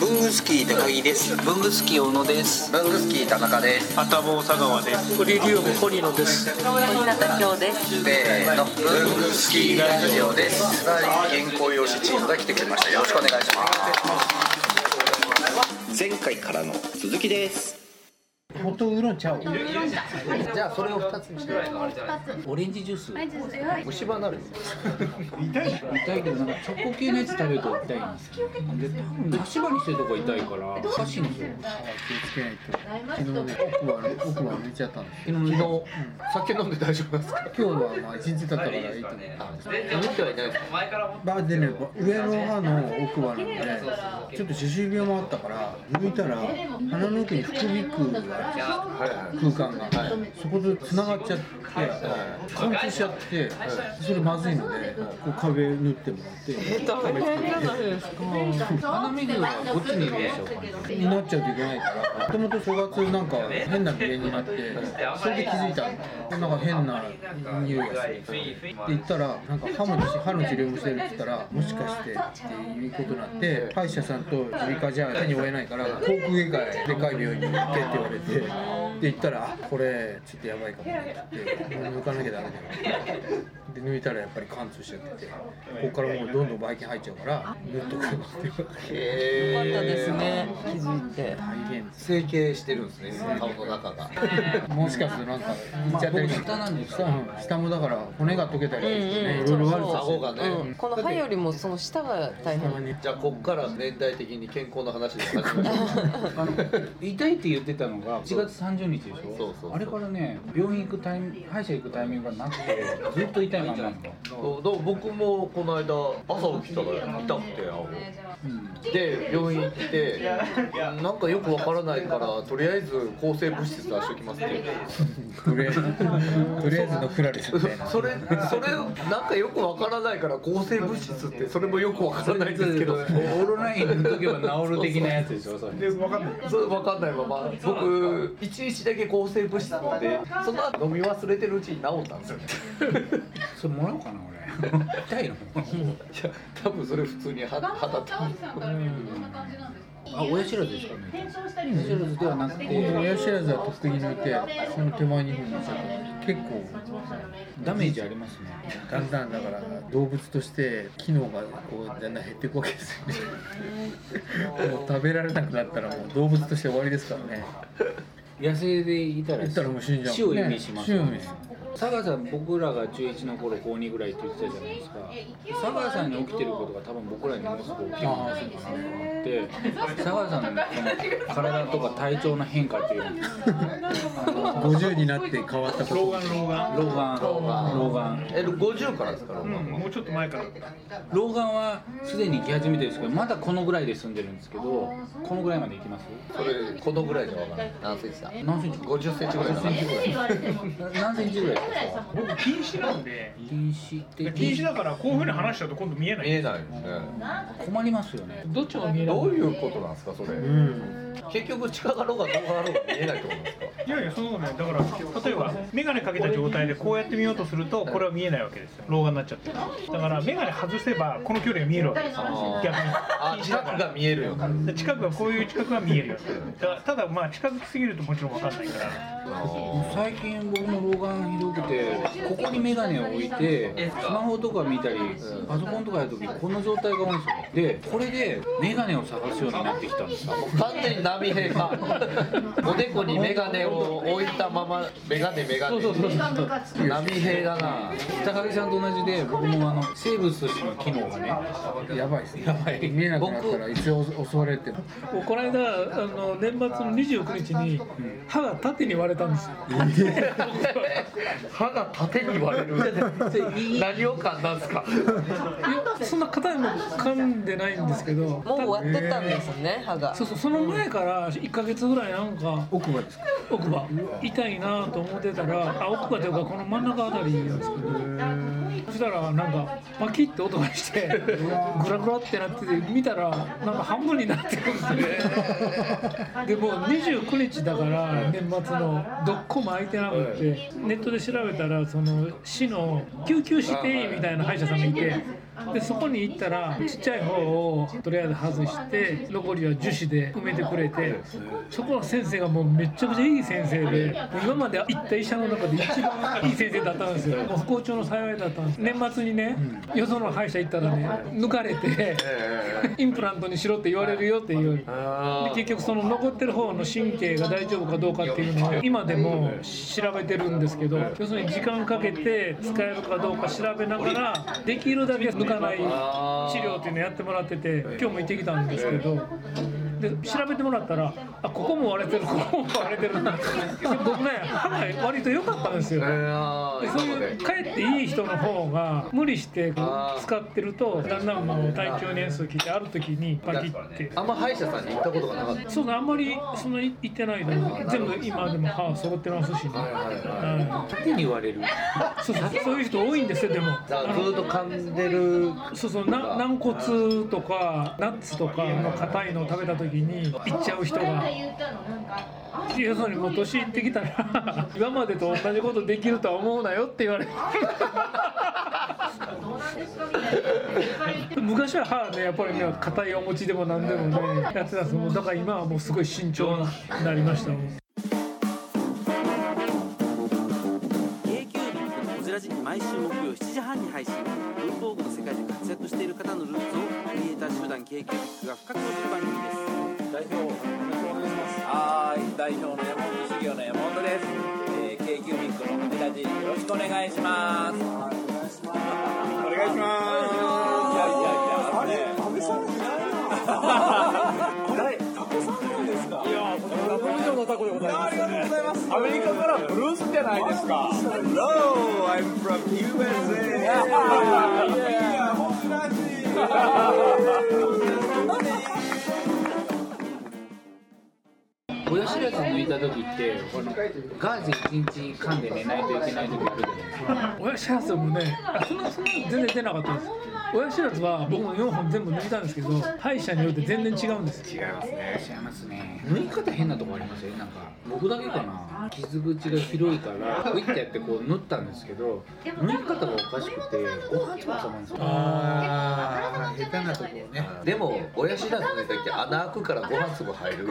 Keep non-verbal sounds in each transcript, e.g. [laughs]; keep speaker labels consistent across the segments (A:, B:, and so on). A: 文具スキー高木です
B: 文具スキー小野です
C: 文具スキー田中です
D: 頭佐川です
E: トリリウム堀野です
F: 小日向京です
C: せーの文具スキーラジオですはい原稿用紙チームが来てくれましたよろしくお願いします前回からの続きです
G: 元ウーロンちゃう
C: じゃあそれを2つにして
B: オレンジジュース
C: 虫歯なる
B: 痛いけどなんかチョコ系のやつ食べると痛いんですよで多分出し歯にしてるとこが痛いからおかしいんですよ
G: 気をつけないと昨日ね奥は奥は寝ちゃったんです
B: 昨日の
C: 酒飲んで大丈夫なんですか
G: 今日はまあ一日経ったからいいと思
C: 飲
G: う
C: みてはいないです
G: バーでね上の歯の奥歯なんでちょっと歯周病もあったから抜いたら鼻の奥に副鼻腔があるんですよ空間が、そこで繋がっちゃって貫通しちゃって、それまずいので、こう壁縫ってもらって、
B: 鼻水はこっちにいるでしょ
G: になっちゃうといけないからもともと正月なんか変な鼻炎になってそれで気づいたなんか変な匂いがするって言ったらなんか歯も歯の治療もしてるって言ったらもしかしてっていうことになって歯医者さんと耳鼻科じゃ手に負えないから航空外科へでかい病院に行ってって言われて。で行ったらあ「これちょっとやばいかも」って言って「これ抜かなきゃダメだな」で抜いたらやっぱり貫通しちゃっててここからもうどんどんばい菌入っちゃうから縫っとくって言われて
C: へー
E: 気づいて
G: 大変です
C: 整形してるんですね顔の中が
G: [laughs] もしかするとなんか似ちゃってるかも
B: 僕下なんですよ
G: うん下もだから骨が溶けたりしてね、
E: うん
G: いろいろ
E: そう
G: 悪
E: そう
G: さして
C: 顎
G: る
C: が
E: う
C: ね
E: ん、この歯よりもその下が
G: [laughs]
E: 大変
C: じゃあこっから年代的に健康の話で始めましょう
B: あの痛いって言ってたのが1月30日でしょ
C: そうそうそう
B: あれからね病院行くタイミング歯医者行くタイミングがなくてずっと痛いまんまなんだ、
C: そうだから僕もこの間朝起きたから痛くて青
B: うん、
C: で病院行ってなんかよくわからないからとりあえず抗生物質出しときますって
G: とりあえずとりあえずのフラレスみたいな
C: それそれなんかよくわからないから抗生物質ってそれもよくわからないんですけど
B: オロナイン塗っとけば治る的なやつでしょそれ
D: で分かんない
C: それわかんないまま僕一日だけ抗生物質飲んでその後飲み忘れてるうちに治ったんですよ
B: それもらおうかな俺 [laughs] 痛い
C: い
B: の
C: や多分それ普通には
H: 肌
C: 肌
H: って
C: た
B: あ親知らずですかね
H: 転送したり
B: 親知らずではなくて
G: 親知らずはとっくに抜いてその手前に本にしちゃった結構
B: ダメージありますね
G: だんだんだから動物として機能がこうだんだん減っていくわけですよねもう食べられなくなったらもう動物として終わりですからね
B: 野生でいたら
G: 言ったらもう死んじゃう
B: 死を意味しますよ
G: ね
B: ね
G: 死を意味
B: 佐賀さん僕らが中1の頃高2ぐらいって言ってたじゃないですか佐賀さんに起きてることが多分僕らにものすごく大きいことなんだなと思って佐賀さんのこの体とか体調の変化っていうの
G: 50になって変わったこと
D: 老眼老眼
B: 老眼老眼
C: え50からですから、
D: うんもうちょっと前から
B: 老眼はすでに来始めてるんですけどまだこのぐらいで済んでるんですけどこのぐらいまでいきます
C: それこのぐらいじゃわかんない何センチだ
B: 何センチ
C: 50センチぐらいだな
B: 50センチぐらい何センチぐらいですか佐賀
D: 僕禁止なんで
B: 禁止っ
D: 禁
B: て
D: 止だからこういうふうに話しちゃうと今度見えな
C: 見
D: い
C: えないですね
B: 困りますよね
E: どっちも見え
C: どういうことなんですかそれ、
G: うん
C: 結局近がろうが遠がろうが見えないってことですか
D: いやいやそうねだから例えば眼鏡かけた状態でこうやって見ようとするとこれは見えないわけですよ老眼になっちゃってるだから眼鏡外せばこの距離が見えるわけですよ
C: あー
D: 逆に
C: あ近くが見えるようになる
D: で近くはこういう近くが見えるよだからただまあ近づきすぎるともちろんわかんないから
B: 最近僕も老眼ひどくてここに眼鏡を置いてスマホとか見たりパソコンとかやるときこの状態が多いんですよでこれで眼鏡を探すようになってきたんですよ
C: 完全に波平がおでこに眼鏡を置いたまま眼鏡眼鏡
B: そうそうそうそう
C: 波平だな
B: 高木さんと同じで僕もあの生物としての機能がね
G: やばいですね見えなくなったら一応襲われてる
E: もうこの間あの年末の29日に歯が縦に割れたんですよ
C: 歯が縦に割れる何を感なんですか
E: いやそんな硬いもの噛んでないんですけど
F: もう終わってたんですね歯が
E: そうそうその前から1か月ぐらいなんか
G: 奥歯ですか
E: 奥歯痛いなと思ってたらあ奥歯というかこの真ん中あたりなんですけどそしたらなんかパキッて音がしてグラグラってなってて見たらなんか半分になってるんですねでもう29日だから年末のどっこも空いてなくてネットで調べたらその市の救急指定医みたいな歯医者さんがいてでそこに行ったらちっちゃい方をとりあえず外して残りは樹脂で埋めてくれてそこは先生がもうめちゃくちゃいい先生でもう今まで行った医者の中で一番いい先生だったんですよもう不幸中の幸いだったんです年末にねよその歯医者行ったらね抜かれてインプラントにしろって言われるよっていうで結局その残ってる方の神経が大丈夫かどうかっていうのを今でも調べてるんですけど要するに時間かけて使えるかどうか調べながらできるだけ抜かない治療っていうのやってもらってて今日も行ってきたんですけど。で調べてもらったらあここも割れてるここも割れてる [laughs] 僕ね歯が割と良かったんですよ。でそういう帰っていい人の方が無理して使ってるとだんだんもう体調年数聞いてある時にパキって
C: あんま歯医者さんに行ったことがなかった
E: そうねあんまりそんなに行ってないので全部今でも歯揃ってますしね、は
B: 縦に割れる
E: い、そうそうそういう人多いんですよでも
C: だからずっと噛んでる
E: そうそうな軟骨とかナッツとかの硬いのを食べた時に行っちゃう人が要するにもう年いってきたら [laughs] 今までと同じことできるとは思うなよって言われる昔は歯ねやっぱりね硬いお餅でも何でもねやってたんですもうだから今はもうすごい慎重になりましたもん
A: k q b のこじらじ毎週木曜7時半に配信文房具の世界で活躍している方のルーツをクリエイター集団 k q b が深く知る番組です代表お願いしますはい代表の山本修行の山本です、えー、k q b のこじらじよろしくお願いしますお願いしますいやいやいやあれさんいないなタコさんなんですかいやタコ以上のタコでございますありがとうございますアメリカからブルースじゃないですか
H: Hello, I'm from USA. yeah.
B: 親知らず抜いた時ってこのガーゼ1日噛んで寝ないといけない時あるじゃないですか
E: 親知らずもねあそんなそんな全然出なかったんです親知らずは僕も4本全部抜いたんですけど歯医者によって全然違うんです
B: 違
E: よ
B: いますね縫い方変なとこありますよなんか僕だけかな傷口が広いからウイってやってこう縫ったんですけど縫い方がおかしくてご飯とか挟まるんですよ
G: あー下手なとこね
C: でも親知らずの時穴開くからご飯粒入るよ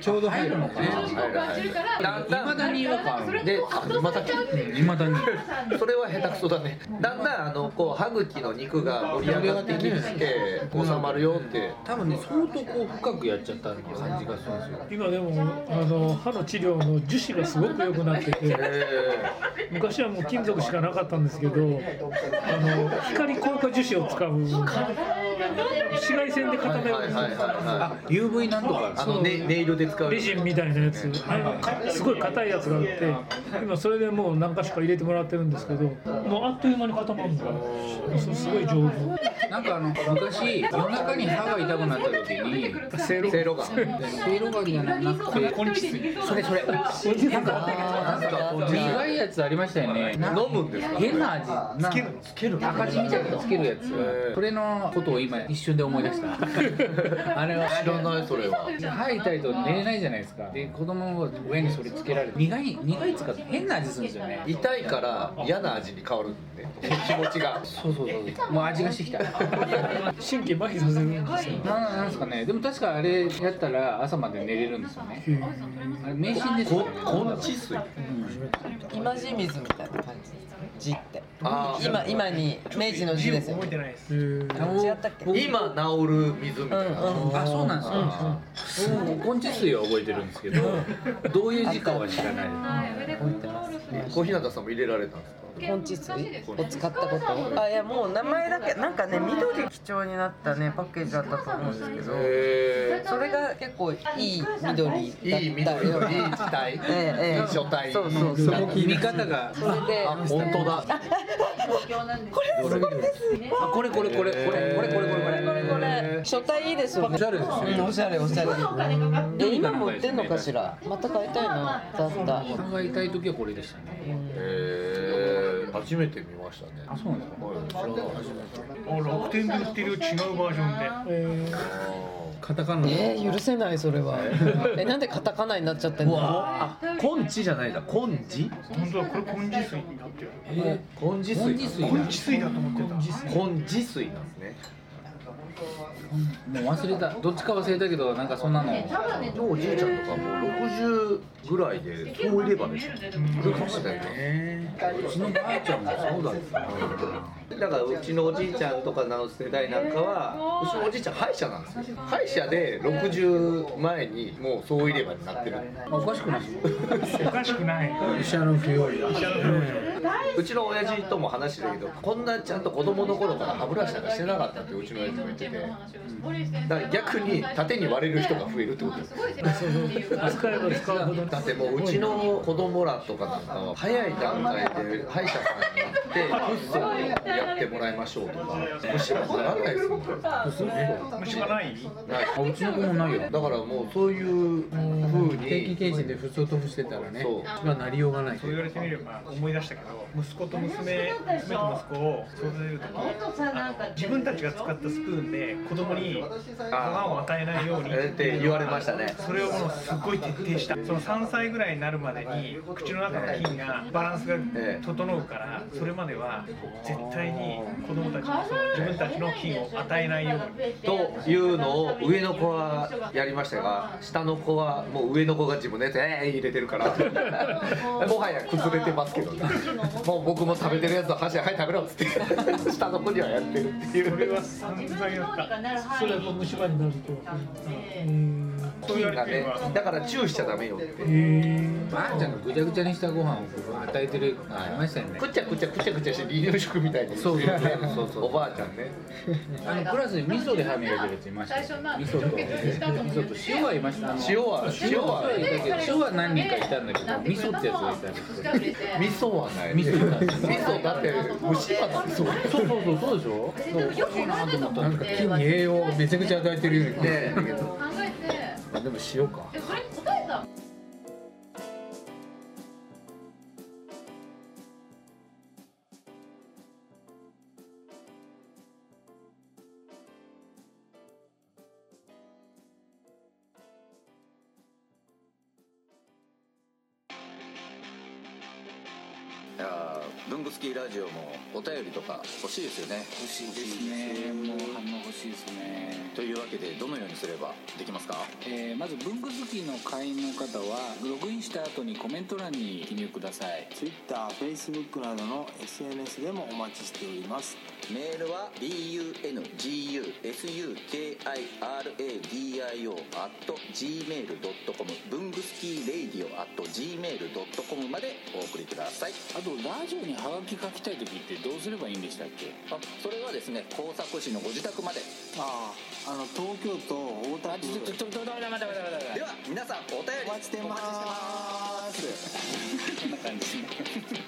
G: ちょうど入るのか
C: 入
G: な
C: る入るだん
B: いま
C: だ
B: だに違和感ある
C: んであまた
B: いまだに
C: それは下手くそだねだんだんあのこう歯茎の肉が盛り上がってきて収まるよって
B: 多分ね相当こう深くやっちゃった感じがするんですよ
E: 今でもあの歯の治療の樹脂がすごく良くなってて昔はもう金属しかなかったんですけどあの光硬化樹脂を使う紫外線で固めるんですよ
C: はいはいは
B: あ UV なんとか
C: いあのねネイルで使う
E: レジンみたいなやつあれがかすごい硬いやつがあって今それでもう何か所か入れてもらってるんですけどもうあっという間に固まるんだからそうすごい丈夫
B: なんかあの昔夜中に歯が痛くなった時に
E: せいろ
C: せいろが
B: せいろがりじゃなくてそれそれなんかなんかこう苦いやつありましたよね
C: 飲むんですか
B: 変な味つけるつける赤字みたいなつけるやつそれのことを今一瞬で思い出したあれは
C: 知らないそれは
B: 歯痛いと寝れないじゃないですかで子供を親にそれつけられて苦い苦いっつうか変な味するんですよね
C: 痛いから嫌な味に変わるんで気持ちが
B: そうそうそうそうもう味がしてきたな
E: 神経麻痺させるんですよ
B: なんですかねでも確かあれやったら朝まで寝れるんですよねあれ迷信ですよね
C: 治水
F: 今地水みたいな感じ字って
C: あー
F: 今今に明治の字ですよ
D: 覚えて
F: ね
D: ないです
F: 違ったっけ
C: 今治る水みたいな
F: うんうん
B: あそうなんですか根治水は覚えてるんですけどどういう字かは知らない
C: 小日向さんも入れられたんですか
F: 本地水を使ったことあいやもう名前だけなんかね緑基調になったねパッケージだったと思うんですけど
C: へ
F: それが結構いい緑だった
C: えいい緑のいい字体いい
F: ええええ
C: 書体
F: そうそう
G: そこ
B: 見方が
F: それで
C: あ本当だ
B: あこれこれこれこれこれこれこれこれ
F: これこれ書体いいですよね
G: おしゃれです
F: うんおしゃれおしゃれえ今も売ってんのかしらまた買いたいなだった
B: お腹が痛い時はこれでしたね
C: へえ初めて見ましたね
B: あそうなんですか
D: あ楽天で売ってる違うバージョンで
E: えー
C: あー
G: カタカナ
F: えー、許せないそれ [laughs] はえなんでカタカナになっちゃってん
C: う
F: の
C: わあ、根治じゃないんだ、根治。
E: 本当はこれ根治水になってる
C: えー、根治水。
G: 根治水
E: 根治水だと思ってた
C: 根治水なんですね。
D: もう忘れたどっちか忘れたけどなんかそんなの
C: おじいちゃんとかもう六十ぐらいでそういればでしょ。そうかもしれないね。
D: うちのばあちゃんもそうだった
C: だからうちのおじいちゃんとかの世代なんかは、うちのおじいちゃん歯医者なんですよ。歯医者で六十前にもうそういればになってる。
D: おかしくない
E: おかしくない
G: 医者の不用意だ
C: うちの親父とも話してたけど、こんなちゃんと子供の頃から歯ブラシなんかしてなかったってうちの親父も言ってて。だから逆に縦に割れる人が増えるってことです。 [laughs]
I: 使えば使うほど
C: だってもううちの子供らとかなんかは早い段階で歯医者さんに行ってフッ素をやってもらいましょうとか虫歯ならないですもん
G: そうね
E: 虫歯ない
C: ないう
D: ちの子もないよ
C: だからもうそういう風に
G: 定期検診で普通としてたらね
C: そう
G: 一番なりようがない
E: そう言われてみれば思い出したけど息子と娘娘と息子を育てるときあの自分たちが使ったスプーンで子供にご飯を与えないように
C: えって言われましたね
E: それをもうすごい徹底したその3歳ぐらいになるまでに口の中の菌がバランスが整うからそれまでは絶対に子供たちにその自分たちの菌を与えないように
C: というのを上の子はやりましたが下の子はもう上の子が自分のやつえー入れてるからもはや崩れてますけどねもう僕も食べてるやつの箸ではい食べろっつって [laughs] 下の子にはやってるっていう
E: それは散々やった
I: それはやっぱ虫歯になるとうん
E: そう言わ
C: 菌
E: れ
C: が
E: てみれ
C: ね
E: ば
C: だからチューしちゃダメよって
D: ばあちゃんのぐちゃぐちゃにしたご飯を与えてるのありましたよね
C: くちゃくちゃくちゃくちゃして離乳食みたいに
D: そうそう
C: そうそうおばあちゃんね
D: あのクラスで味噌で歯磨いてるやついましたよ味噌と味噌と塩はいましたあの
C: 塩は塩はい
D: たけど塩は何人かいたんだけど味噌ってやつがいたんですよ
C: 味噌はない
D: 味噌だ
C: 味噌だって虫歯だってそう
D: そうそうそうそうでしょそういいなと思った
G: なんか菌に栄養をめちゃくちゃ与えてるように
C: ねだけど
G: あでも塩か
H: いやー文具好きラジオもお便りとか欲しいですよね
B: 欲しいですねもう反応欲しいですね
H: というわけでどのようにすればできますか
B: えーまず文具好きの会員の方はログインした後にコメント欄に記入ください
J: TwitterFacebook などの SNS でもお待ちしております
H: メールは bungusukiradio.gmail.com 文具スキーレイディオ .gmail.com までお送りください
B: あとラジオにハガキ書きたい時ってどうすればいいんでしたっけ
H: あそれはですね工作士のご自宅まで
J: あああの東京都大田区
B: ちょちょちょちょ待って待って待って待って
H: では皆さんお便り
J: お待ちしてます
H: お待ちしてます
B: こんな感じですね